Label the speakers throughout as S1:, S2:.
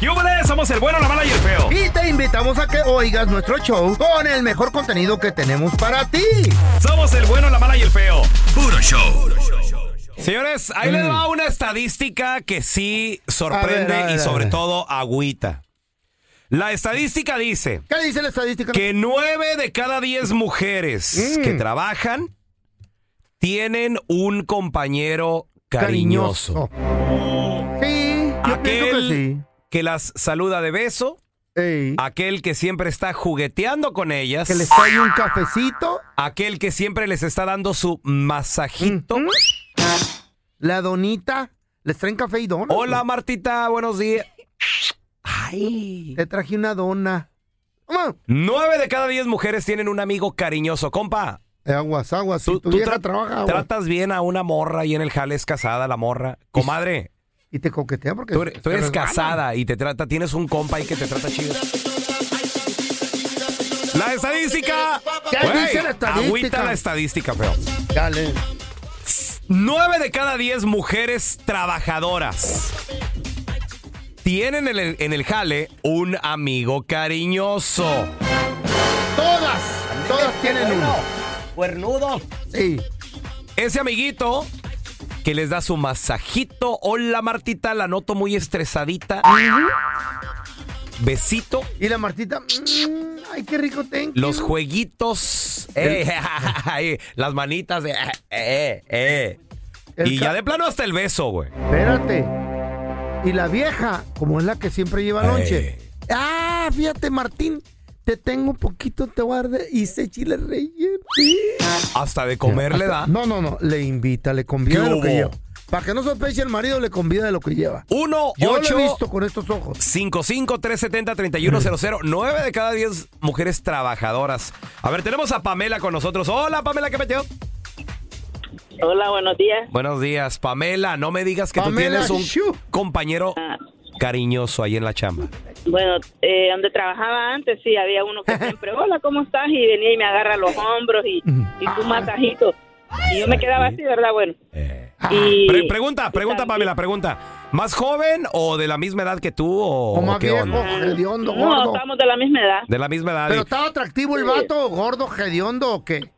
S1: ¡Yúbales! Somos el bueno, la mala y el feo.
S2: Y te invitamos a que oigas nuestro show con el mejor contenido que tenemos para ti.
S1: Somos el bueno, la mala y el feo.
S3: Puro show.
S1: Señores, ahí les va una estadística que sí sorprende
S2: Mm. A ver, a ver,
S1: y sobre
S2: a ver.
S1: todo agüita. La estadística dice
S2: ¿Qué dice la estadística?
S1: que nueve de cada diez mujeres
S2: Mm.
S1: que trabajan tienen un compañero cariñoso.
S2: Sí, yo pienso que
S1: Aquel
S2: sí.
S1: que las saluda de beso,
S2: Ey,
S1: aquel que siempre está jugueteando con ellas,
S2: que les trae un cafecito,
S1: aquel que siempre les está dando su masajito.
S2: la donita, les traen café y dona.
S1: Hola Martita, buenos días. Ay.
S2: Te traje una dona. Toma.
S1: Nueve de cada diez mujeres tienen un amigo cariñoso. Compa,
S2: Eh, aguas, aguas. si tu vieja
S1: tra-
S2: trabaja, aguas.
S1: tratas bien a una morra y en el jale es casada la morra. Comadre,
S2: Y te coquetea porque...
S1: tú eres, tú
S2: se
S1: eres
S2: resbalan.
S1: casada y te trata, tienes un compa ahí que te trata chido. La estadística.
S2: ¿Qué
S1: Güey,
S2: dice la estadística?
S1: Agüita la estadística, feo.
S2: Dale.
S1: Nueve de cada diez mujeres trabajadoras tienen en el, en el jale un amigo cariñoso.
S2: Todas, todas tienen uno.
S1: Cuernudo.
S2: Sí.
S1: Ese amiguito que les da su masajito. Hola Martita, la noto muy estresadita. Besito.
S2: Y la Martita, mm, ay, qué rico tengo.
S1: Los jueguitos. eh, ay, las manitas. de, eh, eh.
S2: El
S1: Y
S2: ca-
S1: ya de plano hasta el beso, güey.
S2: Espérate. Y la vieja, como es la que siempre lleva
S1: Eh.
S2: lonche. Ah, fíjate, Martín. Te tengo un poquito, te guarde. Hice chile relleno.
S1: Hasta de comer le da.
S2: No, no, no. Le invita, le
S1: ¿Qué
S2: convida de lo que
S1: hubo?
S2: lleva. Para que no sospeche el marido, le convida de lo que lleva.
S1: Uno,
S2: Yo
S1: ocho,
S2: lo he visto con estos ojos.
S1: 55 370 3100 9 de cada 10 mujeres trabajadoras. A ver, tenemos a Pamela con nosotros. Hola, Pamela, ¿qué metió?
S4: Hola, buenos días.
S1: Buenos días, Pamela. No me digas que
S2: Pamela,
S1: tú tienes un
S2: shoo.
S1: compañero
S4: Ah,
S1: cariñoso ahí en la chamba.
S4: Bueno, eh, donde trabajaba antes, sí, había uno que siempre, hola, ¿cómo estás? Y venía y me agarra los hombros y, y su masajito. Y yo me quedaba así, ¿verdad? Bueno.
S1: Eh.
S4: Y,
S1: Pre- pregunta, pregunta,
S4: también-
S1: Pamela, pregunta. ¿Más joven o de la misma edad que tú o,
S2: O más
S1: o qué
S2: viejo,
S1: onda?
S2: hediondo,
S4: No,
S2: gordo.
S4: estamos de la misma edad.
S1: De la misma edad.
S2: Pero
S1: y-
S2: estaba atractivo el vato, gordo, hediondo o qué.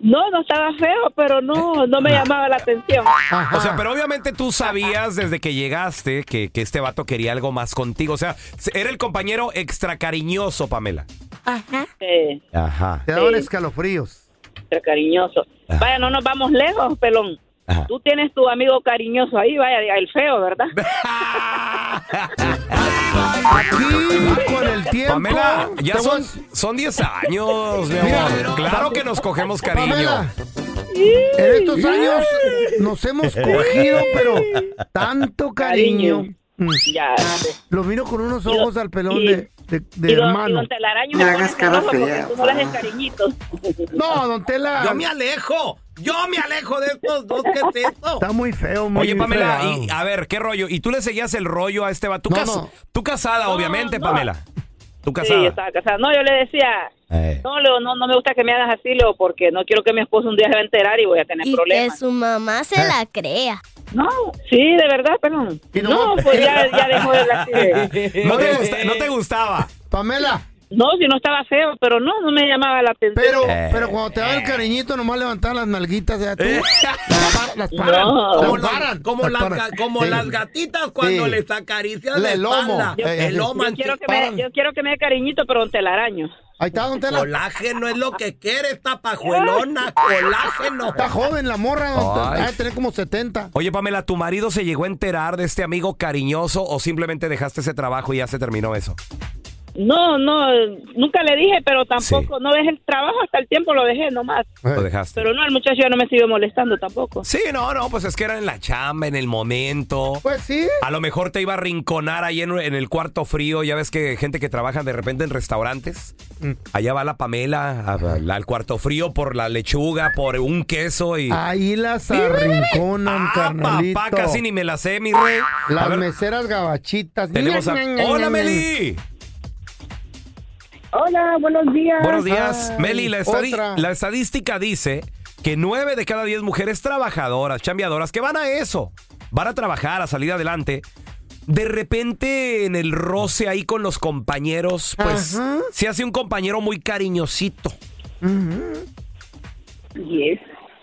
S4: No, no estaba feo, pero no, no
S1: Ah.
S4: me llamaba la atención.
S2: Ajá.
S1: O sea, pero obviamente tú sabías desde que llegaste que, que este vato quería algo más contigo. O sea, era el compañero extra cariñoso, Pamela.
S4: Eh,
S1: Ajá.
S2: Te daban
S4: Sí.
S2: escalofríos.
S4: pero cariñoso.
S1: Ah.
S4: Vaya, no nos vamos lejos, pelón.
S1: Ajá.
S4: Tú tienes tu amigo cariñoso ahí, vaya, el feo, ¿verdad?
S2: Aquí, con el tiempo.
S1: Pamela, ya
S2: te
S1: son,
S2: vas-
S1: son 10 años, mi
S2: Mira,
S1: amor. Claro que nos cogemos cariño.
S2: Pamela, en estos años nos hemos cogido, pero tanto cariño.
S4: Cariño.
S2: Mm,
S4: Ya. este,
S2: Lo miro con unos ojos al pelón
S4: y-
S2: de, de- de
S4: y don, y
S2: hermano.
S4: don telaraño me hagas cara fea. Tú no le haces cariñitos.
S2: No, don Tela.
S1: alejo. Yo me alejo de estos dos. ¿Qué es esto?
S2: Está muy feo, muy
S1: Oye, Pamela,
S2: fregado.
S1: y, a ver, ¿qué rollo? ¿Y tú le seguías el rollo a este vato? Tú,
S2: No,
S1: cas-
S2: no.
S1: tú casada, obviamente,
S4: no.
S1: Pamela. Tú
S4: Sí,
S1: casada.
S4: yo estaba casada. No, yo le decía,
S1: Eh.
S4: no, Leo, no, no me gusta que me hagas así, Leo, porque no quiero que mi esposo un día se va a enterar y voy a tener
S5: Y que
S4: problemas.
S5: su mamá se la crea.
S4: No, sí, de verdad, pelón.
S2: Y
S4: No,
S2: no-
S4: pues ya, ya dejó de la- así de-
S1: No, te gusta- no te gustaba.
S2: Pamela,
S4: No, si no estaba feo, pero no, no me llamaba la atención.
S2: pero,
S1: Eh.
S2: pero cuando te da el cariñito, nomás levantar las nalguitas de tú.
S1: Eh.
S2: Las pa- Las paran.
S4: No.
S2: las
S4: Como
S2: paran, las paran. Sí.
S1: gatitas
S2: cuando Sí. les
S1: acaricias
S2: Le la lomo. espalda. Eh, El eh, lomo
S4: yo, quiero que me, yo quiero que me dé cariñito, pero un telaraño.
S2: Ahí está, don Tela.
S1: Colágeno es lo que quieres, tapajuelona, colágeno.
S2: Está joven la morra, don Tela.
S1: Ay.
S2: Ha de tener como 70.
S1: Oye, Pamela, ¿tu marido se llegó a enterar de este amigo cariñoso o simplemente dejaste ese trabajo y ya se terminó eso?
S4: No, no, nunca le dije, pero tampoco,
S1: Sí.
S4: no dejé el trabajo hasta el tiempo, lo dejé nomás.
S2: Eh,
S1: ¿Lo dejaste?
S4: Pero no, el muchacho ya no me siguió molestando tampoco.
S1: Sí, no, no, pues es que era en la chamba, en el momento.
S2: Pues sí.
S1: A lo mejor te iba a rinconar ahí en, en el cuarto frío. Ya ves que gente que trabaja de repente en restaurantes.
S2: Mm.
S1: Allá va la Pamela a- a- al cuarto frío por la lechuga, por un queso y...
S2: Ahí las arrinconan,
S1: Ah,
S2: Ah, carnalito.
S1: papá, casi ni me la sé, mi rey. A
S2: Las
S1: ver,
S2: meseras gabachitas.
S1: tenemos a... ¡Hola, Meli!
S4: Hola, buenos días.
S1: Buenos días,
S2: Ay,
S1: Meli. La, estadi-
S2: otra.
S1: la estadística dice que nueve de cada diez mujeres trabajadoras, chambeadoras, que van a eso, van a trabajar, a salir adelante, de repente en el roce ahí con los compañeros, pues
S2: Ajá.
S1: se hace un compañero muy cariñosito.
S3: Ah, Yes.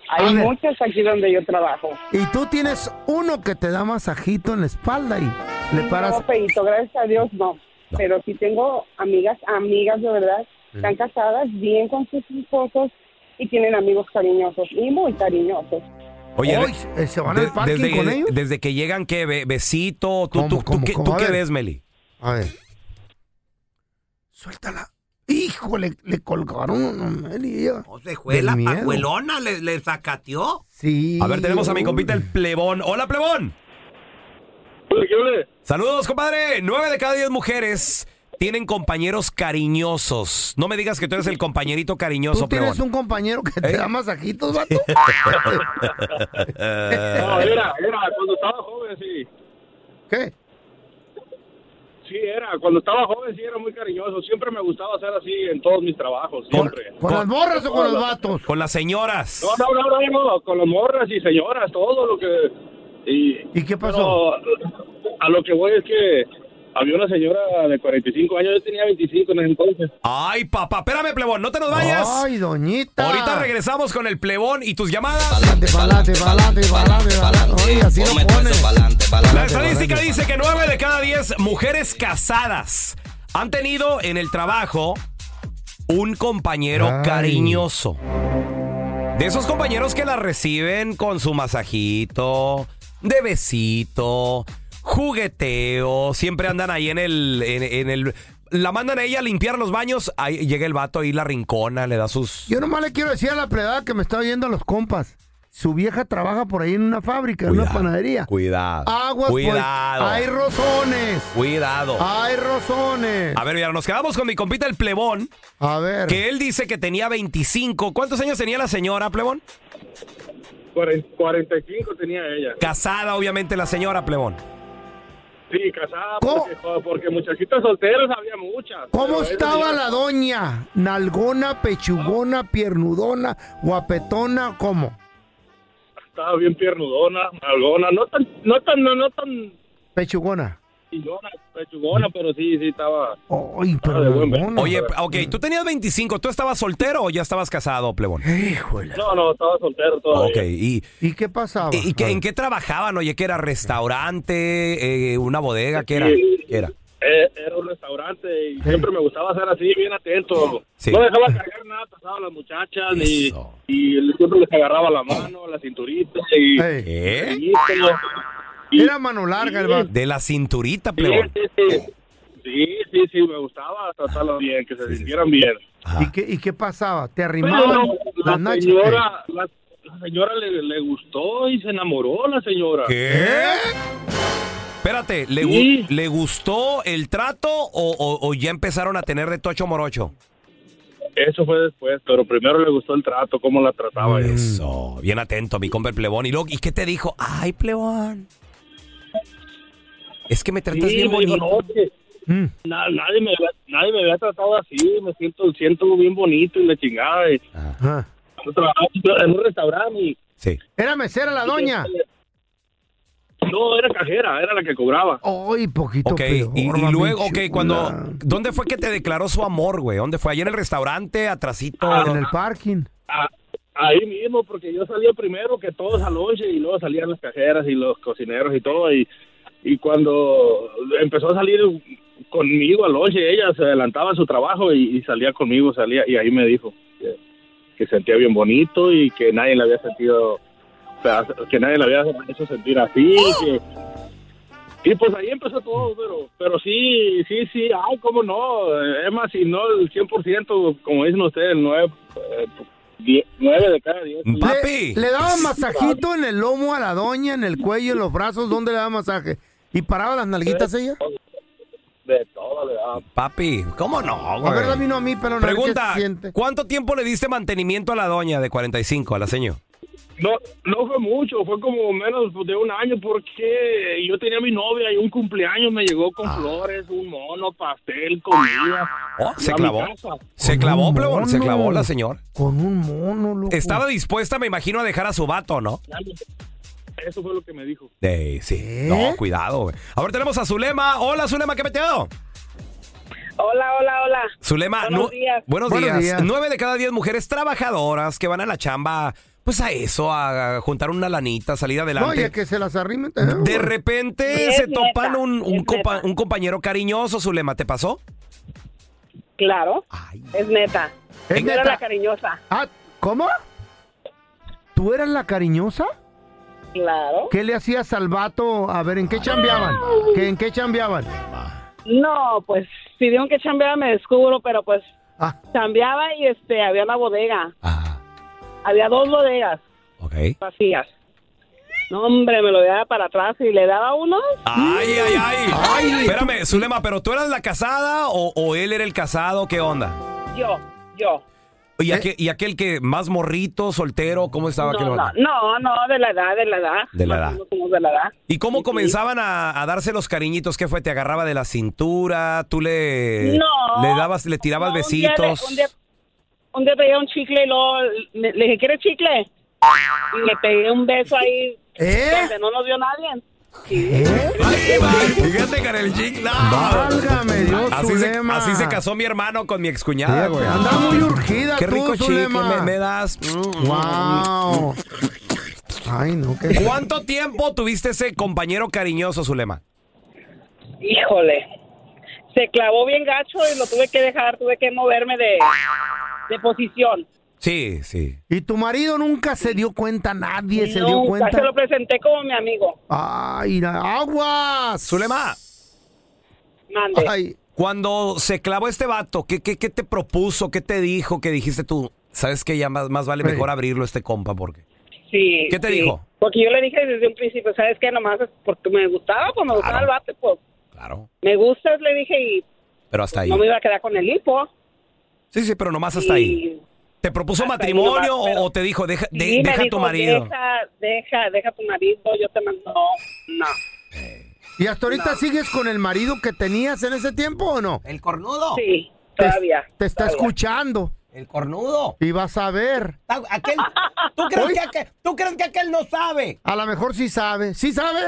S2: A
S3: Hay
S2: ver.
S3: muchos aquí donde yo trabajo.
S2: Y tú tienes uno que te da masajito en la espalda y le paras.
S3: No, Peito, gracias a Dios no. Pero sí tengo amigas, amigas de verdad, están casadas bien con sus esposos y tienen amigos cariñosos y muy cariñosos.
S1: Oye,
S2: Hoy,
S1: de-
S2: eh, ¿se van al
S1: de-
S2: parking
S1: desde,
S2: con ellos?
S1: desde que llegan, ¿qué? Be- ¿Besito? ¿Tú,
S2: ¿Cómo,
S1: tú, tú
S2: cómo,
S1: qué,
S2: cómo?
S1: tú
S2: A
S1: qué
S2: ver.
S1: ves, Meli?
S2: A ver. Suéltala. Híjole, le colgaron. no, Meli, ella.
S1: Pues
S2: Del miedo.
S1: le, sacateó.
S2: Sí.
S1: A ver, tenemos a mi
S2: hombre.
S1: compita el plebón. ¡Hola, plebón! Saludos, compadre. Nueve de cada diez mujeres tienen compañeros cariñosos. No me digas que tú eres el compañerito
S2: ¿Tú
S1: cariñoso,
S2: tienes
S1: plebón.
S2: un compañero que te
S1: ¿Eh?
S2: da masajitos, vato?
S6: No, era, era, cuando estaba joven, sí.
S2: ¿Qué?
S6: Sí, era, cuando estaba joven, sí, era muy cariñoso. Siempre me gustaba ser así en todos mis trabajos,
S1: Con-
S6: siempre.
S2: ¿Con las morras o con los vatos?
S1: Con las señoras.
S6: No, no, no, no, no, con las morras y señoras, todo lo que... Y,
S2: ¿Y qué pasó?
S6: pero a lo que voy es que había una señora de 45 años, yo tenía 25 en ese entonces.
S1: Ay, papá, espérame, plebón, no te nos vayas.
S2: Ay, doñita.
S1: Ahorita regresamos con el plebón y tus llamadas.
S2: Palante, palante, palante, palante, palante. Oye, así lo pones.
S1: La estadística dice que 9 de cada 10 mujeres casadas han tenido en el trabajo un compañero
S2: Ay.
S1: cariñoso. De esos compañeros que la reciben con su masajito, de besito, jugueteo, siempre andan ahí en el... en- en el- la mandan a ella a limpiar los baños, ahí llega el vato ahí, la rincona, le da sus...
S2: Yo nomás le quiero decir a la plebada que me está oyendo a los compas. Su vieja trabaja por ahí en una fábrica, en una panadería.
S1: Cuidado.
S2: Aguas, pues,
S1: Cuidado.
S2: Hay rozones.
S1: Cuidado.
S2: Hay rozones.
S1: A ver, mira, nos quedamos con mi compita el plebón,
S2: A ver.
S1: que él dice que tenía 25. ¿Cuántos años tenía la señora, plebón?
S6: Cuaren- 45 tenía ella.
S1: Casada, obviamente, la señora, plebón.
S6: Sí, casada,
S2: ¿Cómo?
S6: porque, jo- porque muchachitas solteras había muchas.
S2: ¿Cómo
S6: pero esa
S2: estaba
S6: señora-
S2: la doña? ¿Nalgona, pechugona, piernudona, guapetona? ¿Cómo?
S6: Estaba bien piernudona, malgona, no tan, no tan, no, no tan
S2: Pechugona.
S6: chillona, pechugona, pero sí, sí estaba.
S2: Ay, pero
S6: Ah, de buen ver.
S2: nalgona.
S1: Oye, ok, tú tenías 25. ¿Tú estabas soltero o ya estabas casado, plebón?
S2: Híjole.
S6: No, no, estaba soltero todavía.
S1: Ok, ¿y,
S2: ¿Y qué pasaba?
S1: y- y qué-
S2: A ver.
S1: en qué trabajaban? Oye, ¿qué era? ¿Restaurante? eh, ¿Una bodega? ¿Qué era?
S6: Sí.
S1: ¿Qué era?
S6: Eh, era un restaurante y siempre me gustaba ser así, bien atento.
S1: Sí.
S6: No dejaba cargar nada pasaba a las muchachas y,
S1: Eso.
S6: y siempre les agarraba la mano, la cinturita y...
S2: Ey,
S1: ¿Qué?
S6: y- y-
S2: Era mano larga, el vato.
S1: De la cinturita,
S6: Sí,
S1: plebón.
S6: sí, sí. Sí, sí, sí, me gustaba tratarla bien, que se
S1: Sí, sí,
S6: sintieran bien.
S1: Ajá.
S2: ¿Y qué, ¿Y qué pasaba? ¿Te
S6: Pero
S2: arrimaban las
S6: la
S2: nachas? eh.
S6: señora, la, la señora le, le gustó y se enamoró la señora.
S1: ¿Qué? Espérate, ¿le, gu-
S6: Sí.
S1: ¿le gustó el trato o, o- o ya empezaron a tener de tocho morocho?
S6: Eso fue después, pero primero le gustó el trato, cómo la trataba.
S1: Eso, Mm. bien atento, mi compa el plebón. ¿Y, luego, ¿y qué te dijo? Ay, plebón. Es que me tratas
S6: Sí,
S1: bien
S6: me dijo,
S1: bonito.
S6: no, que
S2: Mm.
S6: na- nadie, me, había- nadie me había tratado así, me siento, siento bien bonito y la chingada. y
S1: Ah,
S2: Ah.
S6: yo trabajaba en un restaurante y... este,
S1: sí.
S2: ¿Era mesera la doña?
S6: No, era cajera, era la que cobraba.
S2: Ay, poquito
S1: Ok,
S2: peor, Ah.
S1: y, y
S2: mami
S1: luego, ok,
S2: chula.
S1: cuando... ¿Dónde fue que te declaró su amor, güey? ¿Dónde fue? ¿Allí en el restaurante, atrasito?
S2: En el parking.
S6: A- ahí mismo, porque yo salía primero que todos al lonche y luego salían las cajeras y los cocineros y todo. Y, y cuando empezó a salir conmigo al lonche, ella se adelantaba a su trabajo y, y salía conmigo, salía y ahí me dijo que, que sentía bien bonito y que nadie le había sentido, o sea, que nadie le había hecho sentir así. que- y pues ahí empezó todo, pero, pero sí, sí, sí, ay, cómo no, es más, si no el 100%, como dicen ustedes, el 9, de cada 10.
S1: Mm.
S2: Le-
S1: Papi.
S2: Le, daba masajito en el lomo a la doña, en el cuello, en los brazos, ¿dónde le daba masaje? ¿Y paraba las nalguitas ella?
S6: Eh, De todo le daba.
S1: Papi, ¿cómo no,
S2: A
S1: güey?
S2: ver, la vino a mí, pero no
S1: Pregunta,
S2: ¿qué siente?
S1: ¿cuánto tiempo le diste mantenimiento a la doña de 45, a la señora?
S6: No, no fue mucho, fue como menos de un año porque yo tenía a mi novia y un cumpleaños me llegó con flores, un mono, pastel, comida.
S1: Ah. Oh, se
S6: Ah, A mi
S1: clavó.
S6: casa.
S1: Se
S2: Con
S1: clavó,
S2: un
S1: plebón, se
S2: mono.
S1: clavó la señora.
S2: Con un mono, loco.
S1: Estaba dispuesta, me imagino, a dejar a su vato, ¿no?
S6: Eso fue lo que me dijo.
S1: Ey, sí. No, cuidado, güey. Ahora tenemos a Zulema. Hola, Zulema, ¿qué peteado?
S4: Hola, hola, hola.
S1: Zulema,
S4: Buenos
S1: nu-
S4: días.
S1: buenos
S2: Buenos
S1: días.
S2: días.
S1: Nueve de cada diez mujeres trabajadoras que van a la chamba, pues a eso, a juntar una lanita, salir adelante.
S2: No, ya que se las arrimen.
S1: De repente
S4: Es
S1: se
S4: neta,
S1: topan un, un
S4: es
S1: compa-
S4: neta.
S1: un compañero cariñoso, Zulema, ¿te pasó?
S4: Claro,
S1: Ay.
S4: es neta.
S2: ¿Es
S4: Yo era
S2: neta?
S4: la cariñosa.
S2: Ah, ¿Cómo? ¿Tú eras la cariñosa?
S4: Claro.
S2: ¿Qué le hacías al vato? A ver, ¿en qué chambeaban? ¿Qué, ¿En qué chambeaban?
S4: No, pues si digo que chambeaba me descubro, pero pues
S2: Ah,
S4: chambeaba y este había una bodega.
S1: Ah,
S4: Había dos bodegas
S1: ok.
S2: Mm.
S4: vacías. No, hombre, me lo daba para atrás y le daba uno.
S1: Ay, ay, ay. Espérame, Zulema, ¿pero tú eras la casada o, o él era el casado? ¿Qué onda?
S4: Yo, yo.
S2: Eh.
S1: ¿Y, aquel, y aquel que más morrito, soltero, cómo estaba aquel
S4: No, no,
S1: vato?
S4: no, no, de la edad, de la edad.
S1: De la
S4: Nosotros
S1: edad.
S4: somos de la edad.
S1: ¿Y cómo
S4: Sí, sí.
S1: comenzaban a, a darse los cariñitos? ¿Qué fue? ¿Te agarraba de la cintura? ¿Tú le,
S4: No.
S1: Eh, le dabas, le tirabas
S4: No, un día le-
S1: besitos?
S4: Un día, un día pegué un chicle y luego le, le dije, ¿quieres chicle? Y le pegué un beso ahí
S2: ¿Eh?
S4: donde no nos vio nadie.
S1: Ay, va, Fíjate con el chicle. no.
S2: Válgame Dios,
S1: Ah, Así se,
S2: Zulema.
S1: así se casó mi hermano con mi excuñada,
S2: Fíjate,
S1: güey.
S2: Anda muy urgida
S1: Qué
S2: tú,
S1: rico chicle
S2: Zulema.
S1: me, me das. Mm.
S2: Wow. Ay, no, qué...
S1: ¿Cuánto tiempo tuviste ese compañero cariñoso, Zulema?
S4: Híjole. Se clavó bien gacho y lo tuve que dejar, tuve que moverme de, de posición.
S1: Sí, sí.
S2: ¿Y tu marido nunca se dio cuenta? Nadie se dio
S4: Nunca
S2: cuenta.
S4: se lo presenté como mi amigo.
S2: Ay, la- aguas.
S1: Zulema,
S4: Mande.
S2: Ay,
S1: cuando se clavó este vato, ¿qué, qué, qué te propuso? ¿Qué te dijo? ¿Qué dijiste tú? ¿Sabes que ya más, más vale
S2: Sí.
S1: mejor abrirlo este compa? Porque.
S4: Sí,
S1: ¿Qué te
S4: sí.
S1: dijo?
S4: Porque yo le dije desde un principio, ¿sabes qué? Nomás es porque me gustaba, pues me gustaba
S1: Claro.
S4: el bate, pues
S1: Claro.
S4: me gustas, le dije, y
S1: Pero hasta ahí.
S4: no me iba a quedar con el hipo.
S1: Sí, sí, pero nomás hasta
S4: Y-
S1: ahí. ¿Te propuso
S4: Hasta ahí
S1: matrimonio
S4: nomás,
S1: o-
S4: pero-
S1: o, te dijo, deja, de-
S4: Sí, me
S1: deja
S4: dijo,
S1: tu marido?
S4: Deja, deja, deja tu marido, yo te mando. No,
S2: ¿Y hasta ahorita sigues con el marido que tenías en ese tiempo o no?
S1: El cornudo,
S4: sí, todavía.
S2: Te está
S4: todavía.
S2: escuchando
S1: el cornudo.
S2: y vas a ver.
S1: ¿tú,
S2: crees que
S1: aquel, no sabe?
S2: A lo mejor sí sabe. ¿Sí sabe,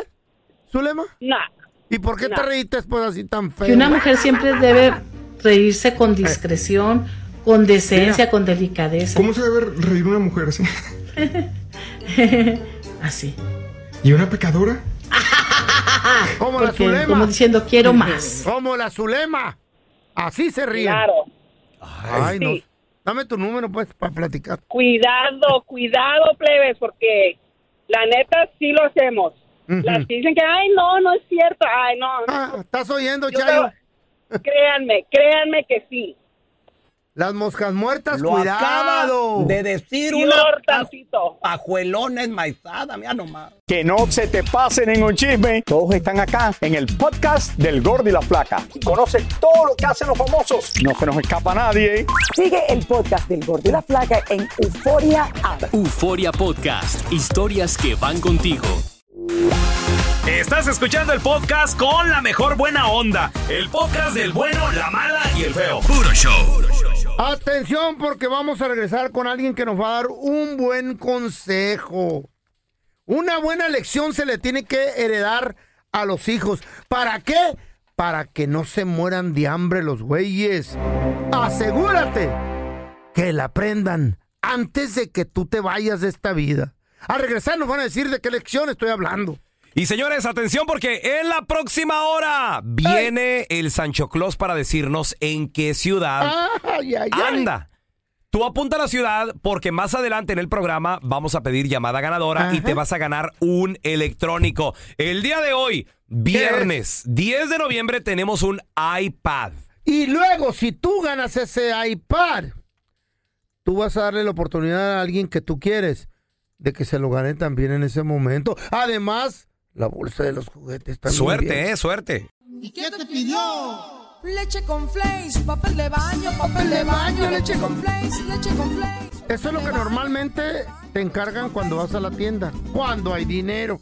S2: Zulema?
S4: No,
S2: ¿Y por qué te
S4: No.
S2: reíste pues así tan feo?
S7: Que una mujer siempre debe reírse
S8: Ah.
S7: con discreción, con decencia, con delicadeza.
S8: ¿Cómo se debe reír una mujer así?
S7: Así.
S8: ¿Y una pecadora?
S2: Como la
S7: Porque, como
S2: Zulema.
S7: diciendo, quiero más.
S2: Como la Zulema. Así se ríen.
S4: claro.
S2: Ay, no.
S4: Sí.
S2: Dame tu número pues para platicar.
S4: Cuidado, cuidado, plebes, porque la neta sí lo hacemos.
S2: Ujú.
S4: Las que dicen que, ay, no, no es cierto. Ay, no, no.
S2: Ah, ¿Estás oyendo,
S4: Yo
S2: Chayo?
S4: te- Créanme, créanme que sí.
S2: Las moscas muertas,
S9: Lo acaba
S2: cuidado.
S9: de decir
S4: Sí,
S9: una
S4: Lord, tantito.
S9: pajuelona enmaizada, mira nomás.
S10: Que no se te pase ningún chisme. Todos están acá en el podcast del Gordi y la Flaca. Conoce todo lo que hacen los famosos. No se nos escapa nadie.
S11: Sigue el podcast del Gordo y la Flaca en Euforia App.
S12: Euforia Podcast, historias que van contigo.
S1: Estás escuchando el podcast con la mejor buena onda. El podcast del bueno, la mala y el feo.
S12: Puro show.
S2: Atención porque vamos a regresar con alguien que nos va a dar un buen consejo. Una buena lección se le tiene que heredar a los hijos. ¿Para qué? Para que no se mueran de hambre los güeyes. Asegúrate que la aprendan antes de que tú te vayas de esta vida. Al regresar nos van a decir de qué lección estoy hablando.
S1: Y señores, atención porque en la próxima hora viene el Sancho Claus para decirnos en qué ciudad
S2: Ay, ay, ay.
S1: anda. Tú apunta a la ciudad porque más adelante en el programa vamos a pedir llamada ganadora y
S2: Ajá.
S1: te vas a ganar un electrónico. El día de hoy, viernes 10 de noviembre, tenemos un iPad.
S2: Y luego, si tú ganas ese iPad, tú vas a darle la oportunidad a alguien que tú quieres de que se lo gane también en ese momento. Además, la bolsa de los juguetes también.
S1: Suerte, eh, suerte.
S2: ¿Y qué te pidió?
S11: Leche con flakes, papel de baño, papel de baño, leche con flakes, leche con flakes.
S2: Eso es lo que normalmente te encargan cuando vas a la tienda, cuando hay dinero.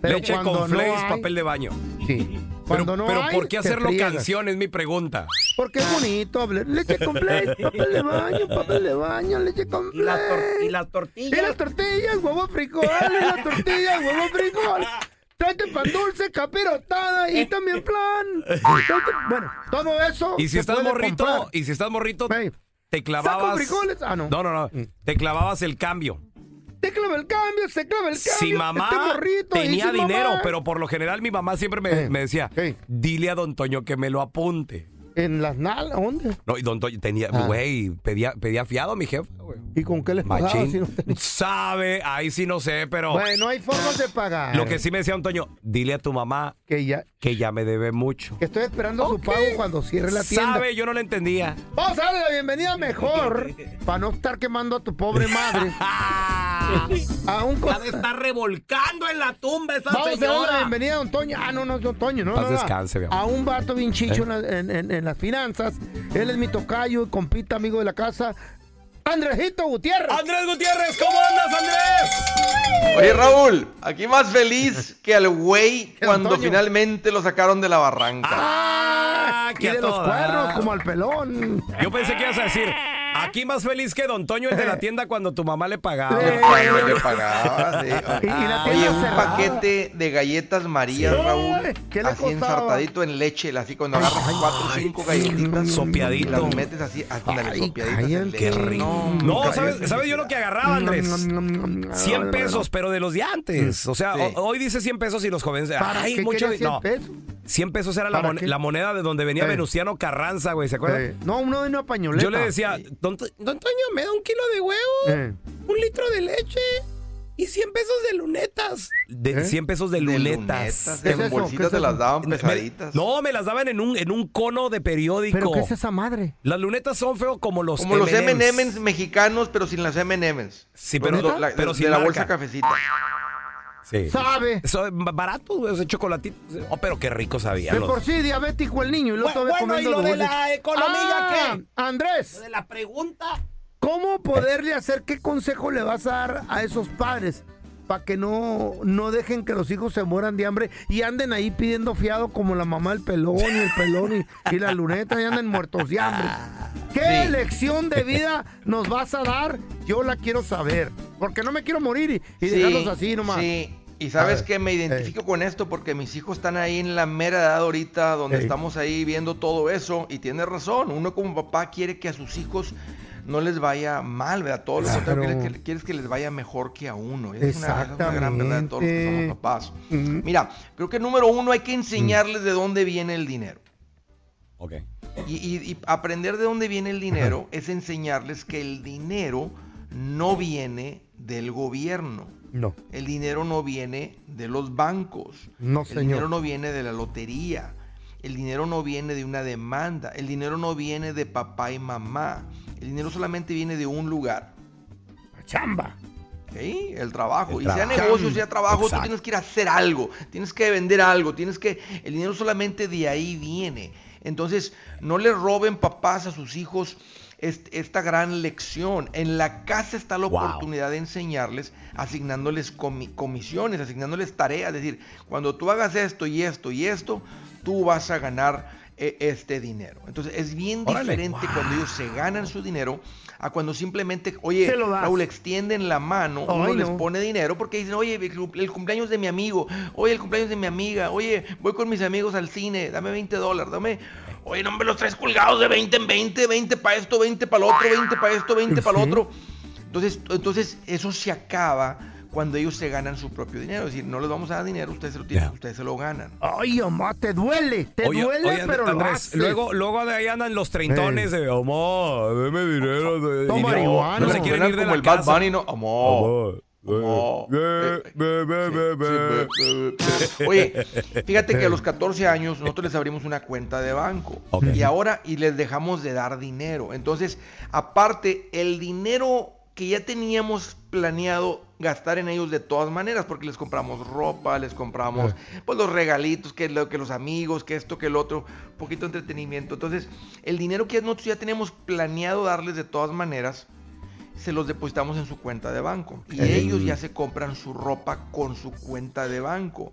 S2: Pero
S1: Leche
S2: cuando
S1: con
S2: no
S1: flakes,
S2: hay,
S1: papel de baño.
S2: Sí, Sí.
S1: Pero,
S2: Cuando no
S1: pero
S2: hay,
S1: ¿por qué
S2: te
S1: hacerlo
S2: friegas.
S1: canción? Es mi pregunta.
S2: Porque es bonito. ble- Leche con Play, papel de baño, papel de baño, leche con Play. Y las tortillas. Y las tortillas, huevo frijoles, las tortillas, huevo frijoles. Tráete pan dulce, capirotada y también plan. Tráete- Bueno, todo eso.
S1: Eh. Y si
S2: se
S1: estás
S2: puede
S1: morrito,
S2: comprar.
S1: y si estás morrito, te
S2: ¿Saco
S1: clavabas.
S2: frijoles? Ah, no.
S1: No, no, no. Te clavabas el cambio.
S2: Te clava el cambio, se clava el cambio.
S1: Si mamá
S2: este morrito, y
S1: tenía
S2: si
S1: dinero,
S2: mamá- Eh,
S1: pero por lo general mi mamá siempre me, me decía, dile a don Toño que me lo apunte.
S2: ¿En las nalas? ¿Dónde?
S1: No, y don Toño tenía,
S2: Ah.
S1: güey, pedía, pedía fiado a mi jefa, güey.
S2: ¿Y con qué les pagaba
S1: Machín.
S2: si no
S1: Sabe, ahí sí no sé, pero
S2: Bueno, hay formas de pagar.
S1: lo que sí me decía don Toño, dile a tu mamá
S2: que ya,
S1: me debe mucho.
S2: Que estoy esperando su pago cuando cierre la tienda.
S1: Sabe, yo no le entendía.
S2: Vamos a darle la bienvenida mejor para no estar quemando a tu pobre madre. a un
S1: Ah, Ya se está revolcando en la tumba esa
S2: Vamos a darle la
S1: señora.
S2: bienvenida a Don Toño. Ah, no, no es Don Toño, no,
S1: Paz
S2: no, no.
S1: descanse, mi amor.
S2: A un vato bien chicho
S1: ¿Eh?
S2: en, la- en- en- en las finanzas. Él es mi tocayo, compita, amigo de la casa. Andresito Gutiérrez.
S1: Andrés Gutiérrez, ¿cómo andas, Andrés?
S13: Oye Raúl, aquí más feliz que al güey cuando
S2: Antonio.
S13: finalmente lo sacaron de la barranca.
S1: Ah,
S2: Y
S1: que a
S2: de los
S1: toda.
S2: cuernos, como al pelón.
S1: Yo pensé que ibas a decir, aquí más feliz que Don Toño, el
S2: Eh.
S1: de la tienda cuando tu mamá le pagaba.
S13: Cuando le pagaba, sí. Oye, un paquete de galletas María,
S1: Sí.
S13: Raúl,
S1: ¿Qué le
S13: así
S1: costaba?
S13: ensartadito en leche, así cuando agarras cuatro o cinco galletitas
S1: sopeadito.
S13: y las metes así, ándale, sopeaditas en leche. No,
S1: No,
S13: cállate.
S2: eh.
S1: ¿sabes, ¿sabes yo lo que agarraba, Andrés?
S2: Mm,
S1: 100 pesos, pero de los de antes. O sea,
S13: Sí.
S1: o- hoy dice 100 pesos y los jóvenes.
S2: ¿Para
S1: Ay,
S2: qué
S1: mucho.
S2: querías 100
S1: no.
S2: pesos?
S1: 100 pesos era la,
S2: ¿Para
S1: mon-
S2: qué?
S1: la moneda de donde venía
S2: Eh.
S1: Venustiano Carranza, güey, ¿se acuerdan?
S2: Eh, No, uno de una pañoleta.
S1: Yo le decía, don, To- don Toño, me da un kilo de huevo,
S2: Eh.
S1: un litro de leche y 100 pesos de lunetas. De
S2: ¿Eh?
S1: 100 pesos de lunetas.
S13: lunetas, en ¿Qué es eso? bolsitas ¿Qué es te eso? las daban
S1: Me-
S13: pesaditas.
S1: no, me las daban en un, en un cono de periódico.
S2: ¿Pero qué es esa madre?
S1: Las lunetas son feo como los
S13: Como los
S1: Pues M&Ms.
S13: M&M's mexicanos, pero sin las M&M's.
S1: Sí, pero-
S13: Los do- la-
S1: pero
S13: de,
S1: sin
S13: la
S1: marca.
S13: bolsa cafecita.
S1: Sí.
S2: ¿Sabe?
S1: Eso es barato, güey, esos chocolatitos. Oh, pero qué rico sabían
S2: De
S1: los-
S2: por sí diabético el niño y luego
S1: Bueno,
S2: todavía
S1: bueno,
S2: comiendo
S1: ¿y lo de
S2: dulces.
S1: la economía
S2: Ah,
S1: qué?
S2: Andrés.
S1: de la pregunta.
S2: ¿Cómo poderle hacer, qué consejo le vas a dar a esos padres para que no, no dejen que los hijos se mueran de hambre y anden ahí pidiendo fiado como la mamá del pelón y el pelón y, y la luneta y anden muertos de hambre? ¿Qué lección de vida nos vas a dar? Yo la quiero saber, porque no me quiero morir y, y
S13: Sí,
S2: dejarlos así nomás.
S13: Sí. Y
S2: A
S13: sabes
S2: ver,
S13: que me identifico con esto porque mis hijos están ahí en la mera edad ahorita donde
S2: Ey.
S13: estamos ahí viendo todo eso y tiene razón, uno como papá quiere que a sus hijos no les vaya mal, ¿verdad? Todo lo contrario,
S2: Claro.
S13: quieres que, quieres que les vaya mejor que a uno. Es una, es una gran
S2: Exactamente.
S13: verdad de todos los que somos papás. Mira, creo que número uno hay que enseñarles de dónde viene el dinero.
S1: Ok.
S13: Y, y- y aprender de dónde viene el dinero es enseñarles que el dinero no viene del gobierno.
S2: No,
S13: El dinero no viene de los bancos.
S2: no
S13: El dinero
S2: señor.
S13: no viene de la lotería. El dinero no viene de una demanda. El dinero no viene de papá y mamá. El dinero solamente viene de un lugar.
S2: Chamba.
S13: ¿ok? El trabajo.
S14: El
S13: y sea
S14: trabajo.
S13: negocio, sea trabajo,
S14: Exacto.
S13: tú tienes que ir a hacer algo. Tienes que vender algo. Tienes que. El dinero solamente de ahí viene. Entonces, no le roben papás a sus hijos est- esta gran lección. En la casa está la oportunidad de enseñarles, asignándoles comi- comisiones, asignándoles tareas. Es decir, cuando tú hagas esto y esto y esto, tú vas a ganar eh, este dinero. Entonces, es bien
S1: Órale.
S13: diferente cuando ellos se ganan su dinero a cuando simplemente, oye,
S2: Se lo das.
S13: Raúl, extienden la mano, uno
S2: Ay,
S13: les
S2: no.
S13: pone dinero porque dicen, oye, el cum- el cumpleaños de mi amigo, oye, el cumpleaños de mi amiga, oye, voy con mis amigos al cine, dame 20 dólares, dame, oye, no me los traes colgados de 20 en 20, 20 para esto, 20 para el otro, 20 para esto, 20 para el otro. Entonces, entonces, eso se acaba cuando ellos se ganan su propio dinero. Es decir, no les vamos a dar dinero, ustedes se lo, tienen, ustedes se lo ganan.
S2: Ay, mamá, te duele, te
S1: Oye,
S2: duele,
S1: oye, And-
S2: pero lo
S1: Andrés,
S2: haces. Eh.
S1: luego, luego de ahí andan los treintones de, amor, deme dinero. de-
S2: Toma
S1: y no,
S2: marihuana.
S1: no se quieren
S13: Suena
S1: ir de
S13: como
S1: la
S13: el Bad
S1: casa.
S13: Bunny, ¿no? Amor.
S1: Amor.
S13: Oh. Eh,
S1: eh,
S13: eh. Oye, fíjate que a los 14 años nosotros les abrimos una cuenta de banco y ahora y les dejamos de dar dinero. Entonces, aparte, el dinero que ya teníamos planeado gastar en ellos de todas maneras, porque les compramos ropa, les compramos pues los regalitos, que lo que los amigos, que esto, que el otro, un poquito de entretenimiento. Entonces, el dinero que nosotros ya tenemos planeado darles de todas maneras, se los depositamos en su cuenta de banco. Y
S14: Ey.
S13: ellos ya se compran su ropa con su cuenta de banco.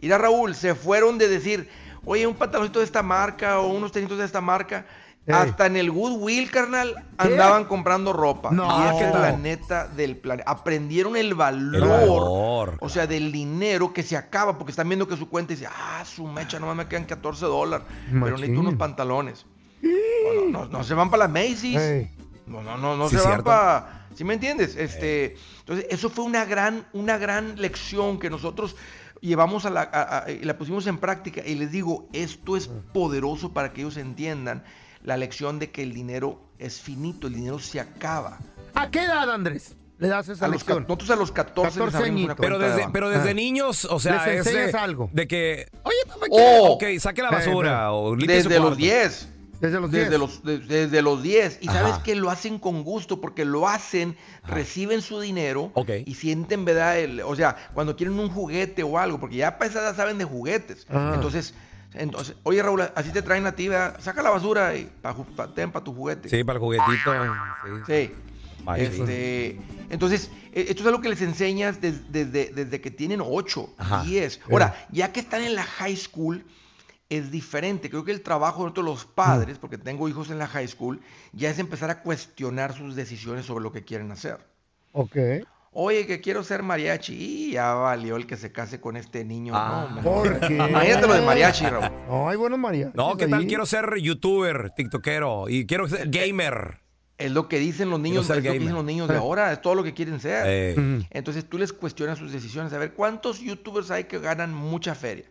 S13: Mira, Raúl, se fueron de decir, oye, un pantaloncito de esta marca o unos tenisitos de esta marca.
S14: Ey.
S13: Hasta en el Goodwill, carnal, andaban comprando ropa.
S14: No.
S13: Y es que la neta del planeta. Aprendieron el valor,
S1: valor,
S13: O sea, del dinero que se acaba porque están viendo que su cuenta dice, ah, su mecha, nomás me quedan 14 dólares. Pero
S14: Machín.
S13: necesito unos pantalones. No, no, no, no se van para las Macy's.
S14: Ey.
S13: No, no, no, no
S14: Sí,
S13: se van
S14: cierto.
S13: para. ¿Sí me entiendes? Este, entonces, eso fue una gran, una gran lección que nosotros llevamos a la, a- a- y la pusimos en práctica. Y les digo, esto es poderoso para que ellos entiendan la lección de que el dinero es finito, el dinero se acaba.
S2: ¿A qué edad, Andrés? Le das esa
S13: A los ca-
S2: lección.
S13: nosotros a los 14, les
S2: 14
S13: abrimos una
S2: añitos.
S13: cuenta
S1: Pero
S13: de
S1: desde,
S13: banco.
S1: pero desde
S13: Ah.
S1: niños, o sea,
S13: Les
S1: es de-
S13: enseñas algo.
S1: De que, oye, papá, ¿qué?
S13: Oh.
S1: ok, saque la
S13: Eh,
S1: basura.
S13: pero-
S1: o limpie su
S13: desde los
S1: cuarto.
S13: 10. Desde
S1: los 10.
S13: Desde los, de- desde los 10. Y
S1: Ajá.
S13: sabes que lo hacen con gusto porque lo hacen, reciben su dinero y sienten, ¿verdad? El- o sea, cuando quieren un juguete o algo, porque ya pesadas saben de juguetes.
S14: Ah.
S13: Entonces, entonces, oye Raúl, así te traen a ti, ¿verdad? Saca la basura y pa, ju- pa- ten para tu juguete.
S1: Sí, para el juguetito.
S13: Ah. Sí.
S1: Vaya,
S13: Este, entonces, eh, esto es algo que les enseñas des- desde, desde que tienen 8,
S1: Ajá.
S13: 10. Ahora, ya que están en la high school, es diferente. Creo que el trabajo de nosotros
S1: Mm.
S13: los padres, porque tengo hijos en la high school, ya es empezar a cuestionar sus decisiones sobre lo que quieren hacer.
S2: Ok.
S13: Oye, que quiero ser mariachi. Y ya valió el que se case con este niño.
S1: Ah.
S13: no, hombre.
S2: ¿Por qué?
S13: Imagínate lo de mariachi, Raúl.
S2: No, hay buenos mariachis.
S1: No, ¿qué
S2: ahí.
S1: tal? Quiero ser youtuber, tiktokero y quiero
S13: Eh,
S1: ser gamer.
S13: Es lo que dicen los niños,
S1: ser
S13: es lo que
S1: gamer.
S13: dicen los niños de
S1: Eh.
S13: ahora, es todo lo que quieren ser.
S1: Eh. Ujú.
S13: Entonces tú les cuestionas sus decisiones. A ver, ¿cuántos youtubers hay que ganan mucha feria?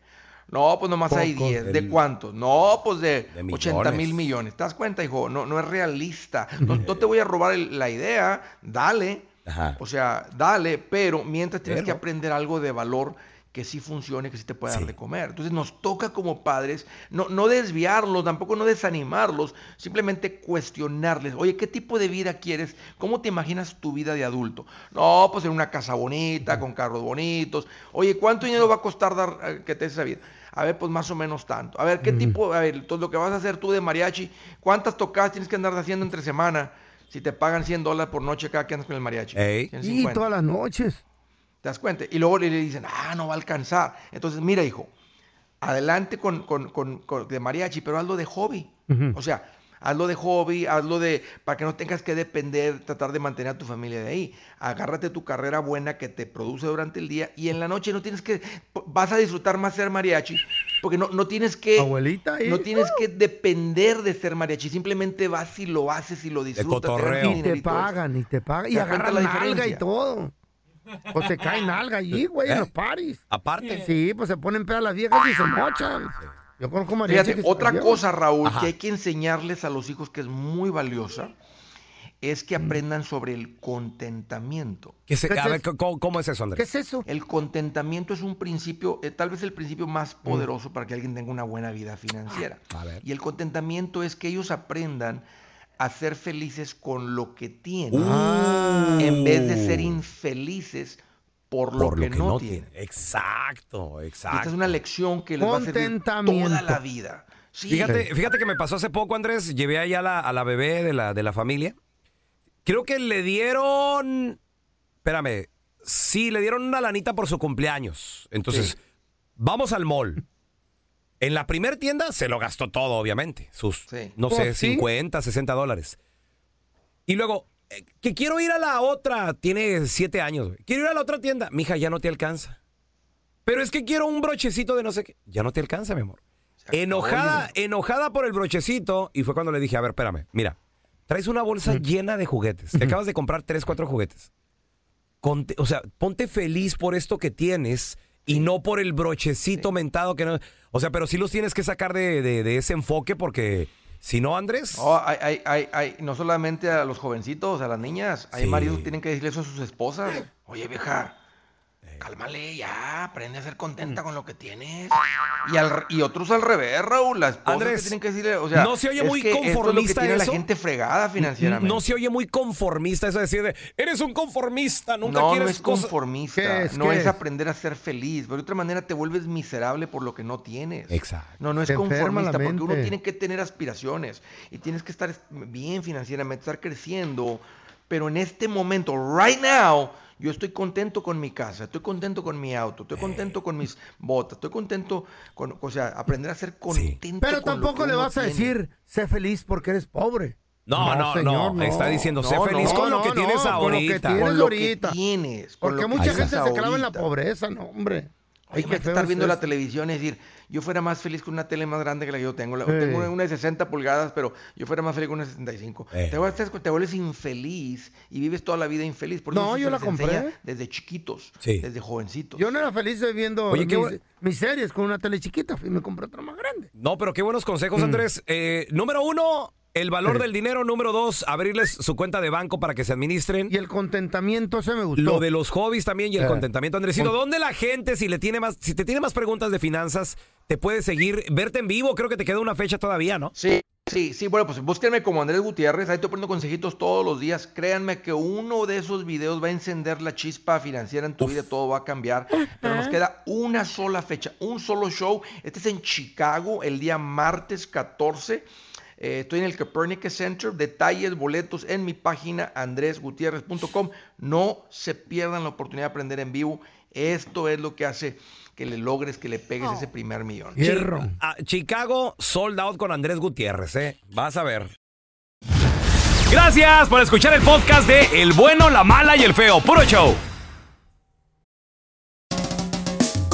S13: No, pues nomás hay
S1: Pocos.
S13: 10.
S1: El-
S13: ¿De cuántos? No, pues de,
S1: millones.
S13: 80 mil millones. ¿Te das cuenta, hijo? No, no es realista. No, no te voy a robar el- la idea, dale.
S1: Ajá.
S13: O sea, dale, pero mientras tienes que aprender algo de valor que sí funcione, que sí te pueda dar de comer. Entonces nos toca como padres no, no desviarlos, tampoco no desanimarlos, simplemente cuestionarles, oye, ¿qué tipo de vida quieres? ¿Cómo te imaginas tu vida de adulto? No, pues en una casa bonita, con carros bonitos. Oye, ¿cuánto dinero va a costar dar eh, que te des esa vida? A ver, pues más o menos tanto. A ver, ¿qué tipo? A ver, entonces lo que vas a hacer tú de mariachi, ¿cuántas tocadas tienes que andar haciendo entre semana? Si te pagan 100 dólares por noche cada que andas con el mariachi. Tienes
S2: Y
S13: 50.
S2: todas las noches.
S13: ¿Te das cuenta? Y luego le le dicen, ah, no va a alcanzar. Entonces, mira, hijo, adelante con, con- con- con- de mariachi, pero hazlo de hobby.
S14: Ujú.
S13: O sea, hazlo de hobby, hazlo de, para que no tengas que depender, tratar de mantener a tu familia de ahí. Agárrate tu carrera buena que te produce durante el día y en la noche no tienes que, vas a disfrutar más ser mariachi, porque no, no tienes que...
S2: Abuelita, ¿eh?
S13: No tienes que depender de ser mariachi, simplemente vas y lo haces y lo disfrutas. te dan tu
S2: Y te
S13: dinerito extra.
S2: pagan, y te pagan. Y
S13: ¿Te das cuenta
S2: agarran
S13: la
S2: nalga y
S13: diferencia?
S2: todo. O se caen nalga allí, güey, en los paris.
S1: Aparte.
S2: Sí, pues se ponen pedas las viejas y se mochan. Yo conozco mariachis
S13: Fíjate,
S2: que se
S13: otra
S2: pelean.
S13: cosa, Raúl,
S2: Ajá.
S13: que hay que enseñarles a los hijos que es muy valiosa, es que aprendan sobre el contentamiento.
S1: Que se- a ver, ¿cómo, cómo es eso, Andrés?
S13: es eso? El contentamiento es un principio, eh, tal vez el principio más poderoso para que alguien tenga una buena vida financiera.
S1: A ver.
S13: Y el contentamiento es que ellos aprendan a ser felices con lo que tienen,
S1: Uh.
S13: en vez de ser infelices por lo, que, no, tienen.
S1: Exacto,
S13: Y Esta
S1: exacto.
S13: es una lección que les va a servir toda la
S1: Contentamiento.
S13: vida. Sí.
S1: Fíjate, fíjate que me pasó hace poco, Andrés. Llevé allá a la, a la bebé de la, de la familia. Creo que le dieron. Espérame. Sí, le dieron una lanita por su cumpleaños. Entonces, vamos al mall. En la primer tienda se lo gastó todo, obviamente. Sus, no sé,
S14: Pues sí.
S1: 50, 60 dólares. Y luego, eh, que quiero ir a la otra. Tiene 7 años. güey. Quiero ir a la otra tienda. Mija, ya no te alcanza. Pero es que quiero un brochecito de no sé qué. Ya no te alcanza, mi amor. Enojada, enojada por el brochecito. Y fue cuando le dije, a ver, espérame, mira, traes una bolsa llena de juguetes. Te acabas de comprar tres, cuatro juguetes. Conte- o sea, ponte feliz por esto que tienes y no por el brochecito mentado que no. O sea, pero sí los tienes que sacar de, de- de ese enfoque porque si no, Andrés.
S13: No, Oh, hay- hay- hay- hay- no solamente a los jovencitos, a las niñas. Hay
S1: Sí.
S13: maridos que tienen que decirle eso a sus esposas. Oye, vieja,
S1: Eh.
S13: cálmale ya, aprende a ser
S1: Mm.
S13: contenta con lo que tienes. Y, al re- y otros al revés, Raúl. Las esposas que
S1: Andrés,
S13: tienen que decirle, o sea,
S1: ¿no se oye
S13: es
S1: muy
S13: que esto es lo que
S1: conformista
S13: tiene
S1: eso?
S13: la gente fregada financieramente.
S1: No se oye muy conformista eso de decir de, eres un conformista, nunca
S13: no,
S1: quieres
S13: no es
S1: cosas-".
S13: conformista, no es? aprender a ser feliz, pero de otra manera te vuelves miserable por lo que no tienes.
S1: Exacto.
S13: No, no es
S1: Te enferma la
S13: conformista, porque uno
S1: mente.
S13: tiene que tener aspiraciones y tienes que estar bien financieramente, estar creciendo, pero en este momento, right now, Yo estoy contento con mi casa, estoy contento con mi auto, estoy contento con mis botas, estoy contento con, o sea, aprender a ser contento.
S2: Pero
S13: con lo
S2: tampoco
S13: que
S2: le
S13: uno
S2: vas a
S13: tiene.
S2: decir, sé feliz porque eres pobre.
S1: No, no, no, está diciendo, sé feliz con lo que tienes
S2: Con lo que
S1: ahorita.
S2: tienes
S1: Con lo que
S2: ahorita.
S13: tienes, con
S2: Porque
S13: lo que
S2: mucha gente
S13: tienes
S2: se clava en la
S13: ahorita.
S2: pobreza, no, hombre. Ay,
S13: Oye,
S2: qué
S13: me
S2: feo
S13: estar
S2: es
S13: viendo la
S2: eso.
S13: televisión y decir, yo fuera más feliz con una tele más grande que la que yo tengo. La-
S2: Ey.
S13: Tengo una- una de 60 pulgadas, pero yo fuera más feliz con una de 65.
S1: Ey.
S13: Te, vuelves, te vuelves infeliz y vives toda la vida infeliz. Por eso
S2: No,
S13: se
S2: yo la
S13: les enseña
S2: compré.
S13: Desde chiquitos,
S1: Sí.
S13: desde jovencitos.
S2: Yo no era feliz viendo
S1: Oye, qué
S2: mis,
S1: bu-
S2: mis series con una tele chiquita y me compré otra más grande.
S1: No, pero qué buenos
S2: Mm.
S1: consejos, Andrés. Eh, número uno, el
S2: Eh.
S1: valor del dinero. Número dos, abrirles su cuenta de banco para que se administren.
S2: Y el contentamiento, ese me gustó.
S1: Lo de los hobbies también y el
S2: Eh.
S1: contentamiento, Andresito.
S2: Con-
S1: ¿Dónde la gente, si le tiene más, si te tiene más preguntas de finanzas, te puede seguir, verte en vivo? Creo que te queda una fecha todavía, ¿no?
S13: Sí, sí, sí. Bueno, pues búsquenme como Andrés Gutiérrez. Ahí te poniendo consejitos todos los días. Créanme que uno de esos videos va a encender la chispa financiera en tu vida. Todo va a cambiar. Pero nos queda una sola fecha, un solo show. Este es en Chicago el día martes 14. Eh, estoy en el Copernicus Center. Detalles, boletos en mi página andresgutierrez.com. No se pierdan la oportunidad de aprender en vivo. Esto es lo que hace que le logres, que le pegues ese primer millón.
S1: Chi- ah, Chicago sold out con Andrés Gutiérrez, ¿eh? Vas a ver. Gracias por escuchar el podcast de El bueno, la mala y el feo. Puro show.